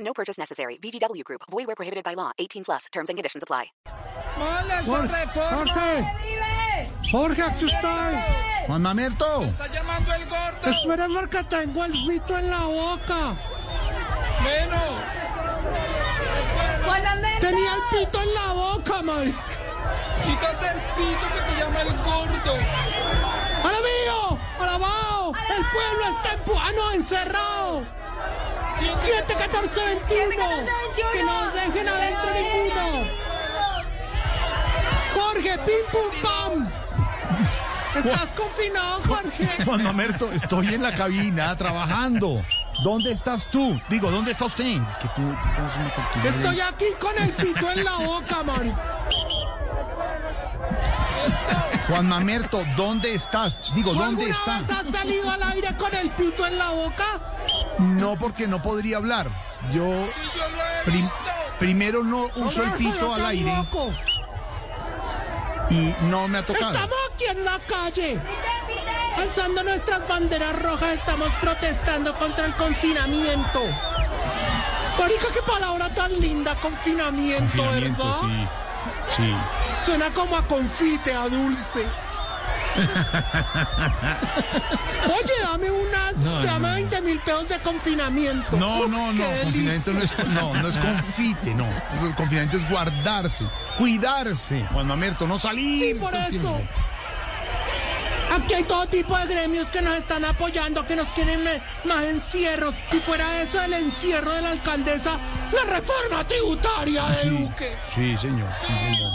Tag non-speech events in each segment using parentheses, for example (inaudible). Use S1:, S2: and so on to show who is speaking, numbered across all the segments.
S1: No purchase necessary. VGW Group. Void where prohibited by law. 18 plus. Terms and conditions apply.
S2: ¡Manda esa
S3: Jorge,
S2: reforma!
S3: Jorge, Jorge, aquí estoy. Juan Mamerto,
S2: ¡Está llamando el gordo!
S3: espera porque tengo el pito en la boca.
S2: ¡Bueno!
S4: (laughs)
S3: Tenía (laughs) el pito en la boca, man.
S2: ¡Quítate el pito que te llama el gordo!
S3: ¡Ahora mío! ¡Alabado! ¡El pueblo está en pu- ah, no, encerrado!
S2: ¡Siente que
S3: 7-14-21! ¡Que no nos dejen adentro ninguno! Jorge, pim pum pam. Estás confinado, Jorge.
S5: Juan Mamerto, estoy en la cabina trabajando. ¿Dónde estás tú? Digo, ¿dónde está usted? Es que tú tú tienes una oportunidad.
S3: Estoy aquí con el pito en la boca, man.
S5: Juan Mamerto, ¿dónde estás? Digo,
S3: ¿Tú
S5: ¿dónde
S3: alguna
S5: estás?
S3: vez has salido al aire con el pito en la boca?
S5: No, porque no podría hablar. Yo
S2: ¡Sí, yo lo he
S5: prim-
S2: visto!
S5: primero no uso el
S3: Jorge,
S5: pito
S3: yo
S5: al
S3: te
S5: aire
S3: invoco.
S5: y no me ha tocado.
S3: Estamos aquí en la calle. Alzando nuestras banderas rojas, estamos protestando contra el confinamiento. Marica, qué palabra tan linda, confinamiento,
S5: Confinamiento,
S3: ¿verdad?
S5: sí. Sí.
S3: Suena como a confite, a
S5: (laughs)
S3: dulce. Oye, dame unas, dame 20 mil pesos de confinamiento.
S5: No,
S3: Uf,
S5: no,
S3: qué
S5: no.
S3: delicia.
S5: Confinamiento no es, no, no es confite, no. Eso, El confinamiento es guardarse, cuidarse. Juan Mamerto, no salir.
S3: Sí, por
S5: Entonces,
S3: eso. Aquí hay todo tipo de gremios que nos están apoyando, que nos quieren me- más encierros. Y fuera de eso, el encierro de la alcaldesa, la reforma tributaria de
S5: Sí,
S3: Duque.
S5: sí, señor. Sí, señor.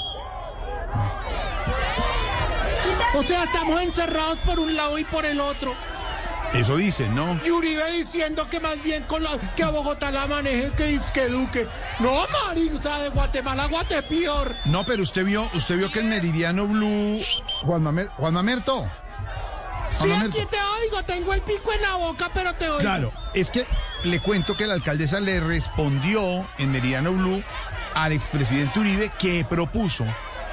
S3: O sea, estamos encerrados por un lado y por el otro.
S5: Eso dicen, ¿no?
S3: Y Uribe diciendo que más bien con la- que a Bogotá la maneje que, que Duque. No, marica, de Guatemala a Guatepeor.
S5: No, pero usted vio, usted vio que en Meridiano Blue. Juan, Mamer- Juan Mamerto.
S3: Sí,
S5: Mamerto.
S3: aquí te oigo, tengo el pico en la boca, pero te oigo.
S5: Claro, es que le cuento que la alcaldesa le respondió en Meridiano Blue al expresidente Uribe que propuso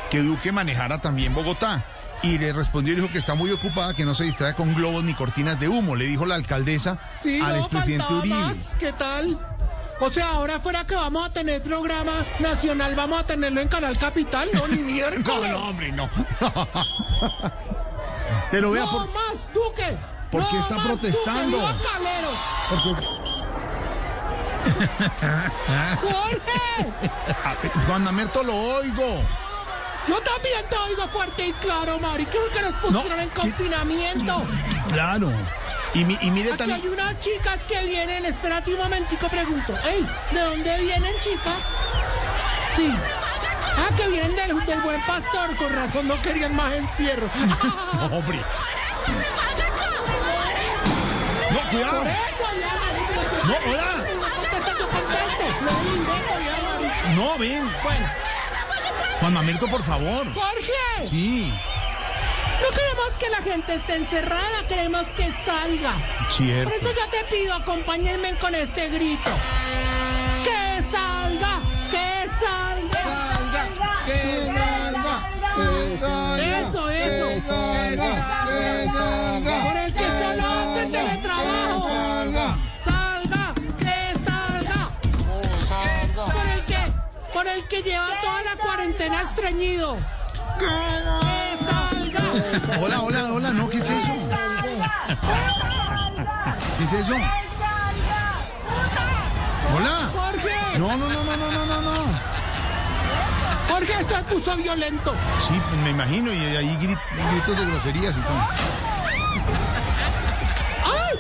S5: que Duque manejara también Bogotá. Y le respondió y le dijo que está muy ocupada, que no se distrae con globos ni cortinas de humo, le dijo la alcaldesa
S3: Sí,
S5: al
S3: no,
S5: expresidente
S3: faltaba
S5: Uribe.
S3: más. ¿Qué tal? O sea, ahora fuera que vamos a tener programa nacional, vamos a tenerlo en Canal Capital, no,
S5: (laughs)
S3: ni
S5: No,
S3: miércoles.
S5: no, hombre, no. (laughs) Pero vea,
S3: no
S5: por,
S3: más, Duque.
S5: ¿Por qué
S3: no
S5: está
S3: más,
S5: protestando?
S3: Duque, ¡Viva Calero!
S5: porque-
S3: ¡Jorge!
S5: a ver, Juan Mamerto lo oigo.
S3: Yo también te oigo fuerte y claro, Mari. Creo que nos
S5: No,
S3: pusieron en
S5: ¿qué?
S3: confinamiento.
S5: Claro. Y, mi- y mire
S3: Aquí
S5: también. (laughs)
S3: hay unas chicas que vienen. Espérate un momentico, pregunto. Ey, ¿de dónde vienen, chicas? Sí. Ah, que vienen del, del buen pastor. Con razón no querían más encierro. (laughs)
S5: Hombre. No, cuidado.
S3: Por eso, ya, Mari.
S5: No, hola.
S3: Contesta tu contento. Lo del invoco, ya, Mari.
S5: No, ven.
S3: Bueno,
S5: Juan Mamerto, por favor.
S3: Jorge.
S5: Sí.
S3: No queremos que la gente esté encerrada. Queremos que salga. Por
S5: Cierto.
S3: eso yo te pido, acompáñenme con este grito. ¡Que salga! ¡Que salga!
S5: Que salga, que salga,
S3: Eso, eso.
S5: que salga, que salga,
S3: Por eso
S5: que
S3: yo no hago
S5: salga,
S3: teletrabajo.
S5: que salga.
S3: ¡Salga! ¡Que salga! Por el que, por el que lleva toda la cuarentena estreñido. ¡Que salga!
S5: Hola, hola, hola, no, ¿qué es eso? ¿Qué es eso? Hola.
S3: Jorge,
S5: No, no, no, no, no, no, no, no.
S3: Jorge se puso violento.
S5: Sí, pues me imagino, y ahí gri- gritos de groserías y todo.
S3: ¡Ay!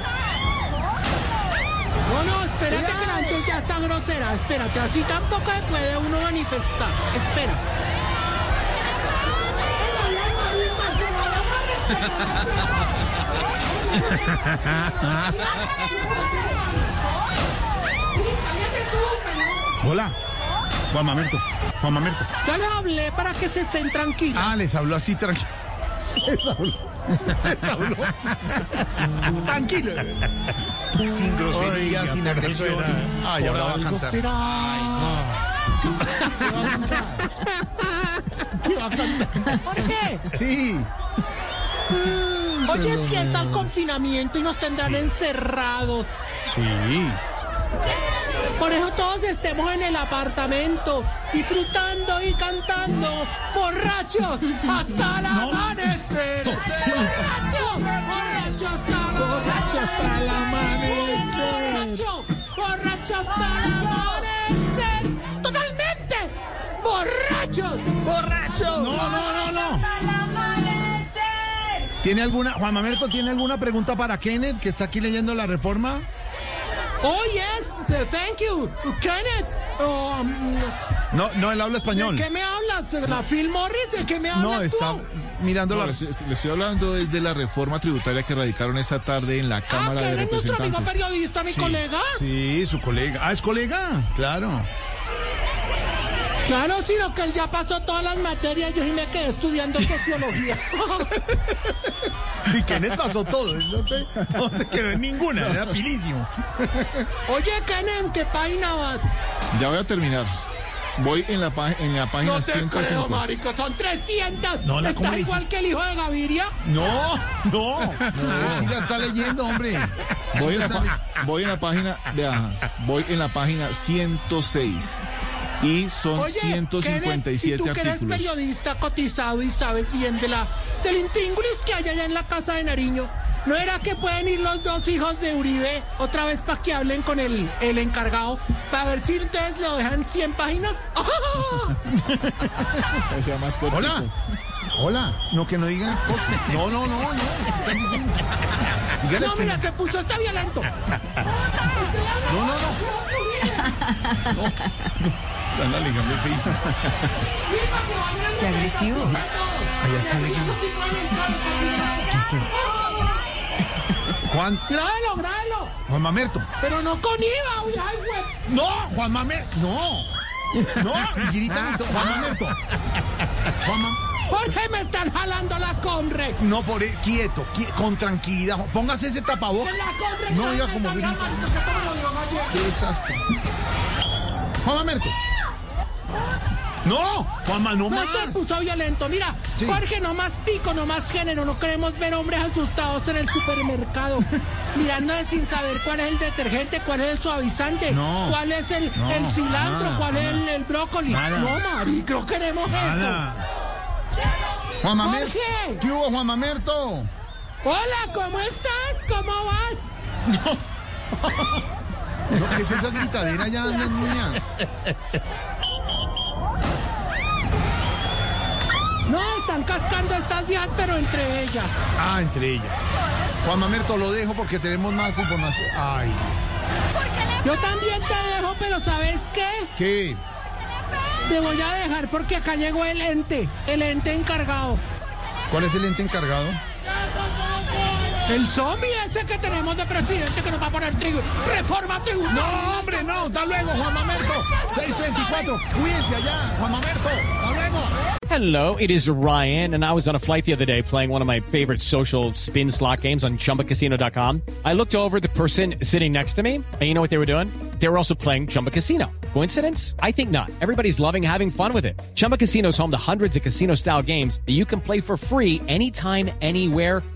S3: No, no, espérate que la gente ya está grosera. Espérate, así tampoco se puede uno manifestar. Espera.
S5: Hola. Juan Mamerto. Juan Mamerto.
S3: Ya les hablé para que se estén tranquilos.
S5: Ah, les habló así (laughs) tranquilo. (laughs)
S3: tranquilo.
S5: Sin grosería,
S6: Oiga,
S5: sin
S6: por
S5: agresión.
S6: eso era.
S5: Ay, ahora va a cantar.
S3: (laughs) Jorge,
S5: Sí.
S3: hoy empieza el confinamiento y nos tendrán encerrados.
S5: Sí.
S3: Por eso todos estemos en el apartamento, disfrutando y cantando, borrachos, hasta el amanecer. Borrachos, borrachos hasta el
S6: Borracho hasta el amanecer.
S3: Borracho, borracho hasta el amanecer. Totalmente, borrachos.
S6: ¡Borracho!
S5: No, no, no, no. ¿Tiene alguna, Juan Mamerto, ¿tiene alguna pregunta para Kenneth, que está aquí leyendo la reforma?
S3: Oh yes, thank you, Kenneth. Um,
S5: No, no, él habla español.
S3: ¿De qué me hablas? ¿De la Phil Morris? ¿De qué me hablas
S5: No, está
S3: tú?
S5: mirando
S7: No,
S5: la...
S7: les, les estoy hablando es de la reforma tributaria que radicaron esta tarde en la
S3: Ah,
S7: Cámara
S3: que
S7: de
S3: eres nuestro amigo
S7: Representantes.
S3: periodista, mi colega.
S5: Sí, su colega. Ah, es colega. Claro.
S3: Claro, sino que él ya pasó todas las materias, yo sí me quedé estudiando
S5: (laughs)
S3: sociología.
S5: Sí, Kenneth pasó todo. No, te- no se quedó en ninguna. Era pilísimo.
S3: Oye, Kenem, ¿qué página vas?
S7: Ya voy a terminar. Voy en la, pag- en la página
S3: No te
S7: 105.
S3: creo, marico, son 300.
S5: No, la- ¿cómo
S3: ¿Está
S5: le
S3: igual
S5: dices?
S3: que el hijo de Gaviria?
S5: No, no. Sí la está leyendo, hombre.
S7: voy, en la, pa- voy en la página de ajá, voy en la página 106 y son
S3: Oye, Kenem, ¿y
S7: 157
S3: tú que eres
S7: artículos.
S3: periodista cotizado y sabes bien de la, del intríngulis que hay allá en la casa de Nariño? ¿No era que pueden ir los dos hijos de Uribe otra vez para que hablen con el, el encargado? Para ver si ustedes lo dejan 100 páginas. (laughs) ¡Oh!
S7: Que sea más cortito.
S5: Hola. Hola. No, que no diga. No, no, no, no. Dígales
S3: No,
S5: que-
S3: mira, que puso está violento.
S5: No, no, no. No. Están alegando feísimos.
S8: Qué agresivo.
S5: Allá está leyendo. Juan,
S3: Grábelo, grábelo.
S5: Juan Mamerto.
S3: Pero no con IVA, uy, ay, güey.
S5: No, Juan Mamerto. No. No, y gritan y todo. Juan Mamerto. Juan Mamerto.
S3: Jorge, me están jalando la conre.
S5: No, por e, quieto, qui- con tranquilidad. Póngase ese tapabocas.
S3: La conre.
S5: No
S3: ya
S5: diga
S3: me
S5: como
S3: están
S5: grita.
S3: llamando, que esto me lo dio ayer.
S5: Qué desastre. Juan Mamerto. No, Juan Manuel.
S3: No este se puso violento, mira,
S5: Sí.
S3: Jorge, no más pico, no más género, no queremos ver hombres asustados en el
S5: (laughs)
S3: supermercado, mirando sin saber cuál es el detergente, cuál es el suavizante,
S5: No.
S3: cuál es el,
S5: No,
S3: el cilantro,
S5: nada,
S3: cuál es el,
S5: nada.
S3: el brócoli.
S5: Nada.
S3: No, marico, no queremos
S5: Juan Mamerto.
S3: Jorge.
S5: ¿Qué hubo, Juan Mamerto?
S3: eso. Hola, ¿cómo estás? ¿Cómo vas?
S5: No, ¿Qué es esa gritadera ya las niñas?
S3: No, están cascando estas viejas, pero entre ellas.
S5: Ah, entre ellas. Juan Mamerto, lo dejo porque tenemos más información. Ay,
S3: Yo también te dejo, pero ¿sabes qué?
S5: ¿qué?
S3: Te voy a dejar porque acá llegó el ente, el ente encargado.
S5: ¿Cuál es el ente encargado?
S3: El zombie ese que tenemos de presidente que nos va a poner trigo. Reforma tributaria.
S5: No, hombre, no. Hasta luego, Juan Mamerto. 634. Cuídense allá, Juan Mamerto. Hasta luego.
S9: Hello, it is Ryan, and I was on a flight the other day playing one of my favorite social spin slot games on chumbacasino.com. I looked over at the person sitting next to me, and you know what they were doing? They were also playing Chumba Casino. Coincidence? I think not. Everybody's loving having fun with it. Chumba Casino is home to hundreds of casino style games that you can play for free anytime, anywhere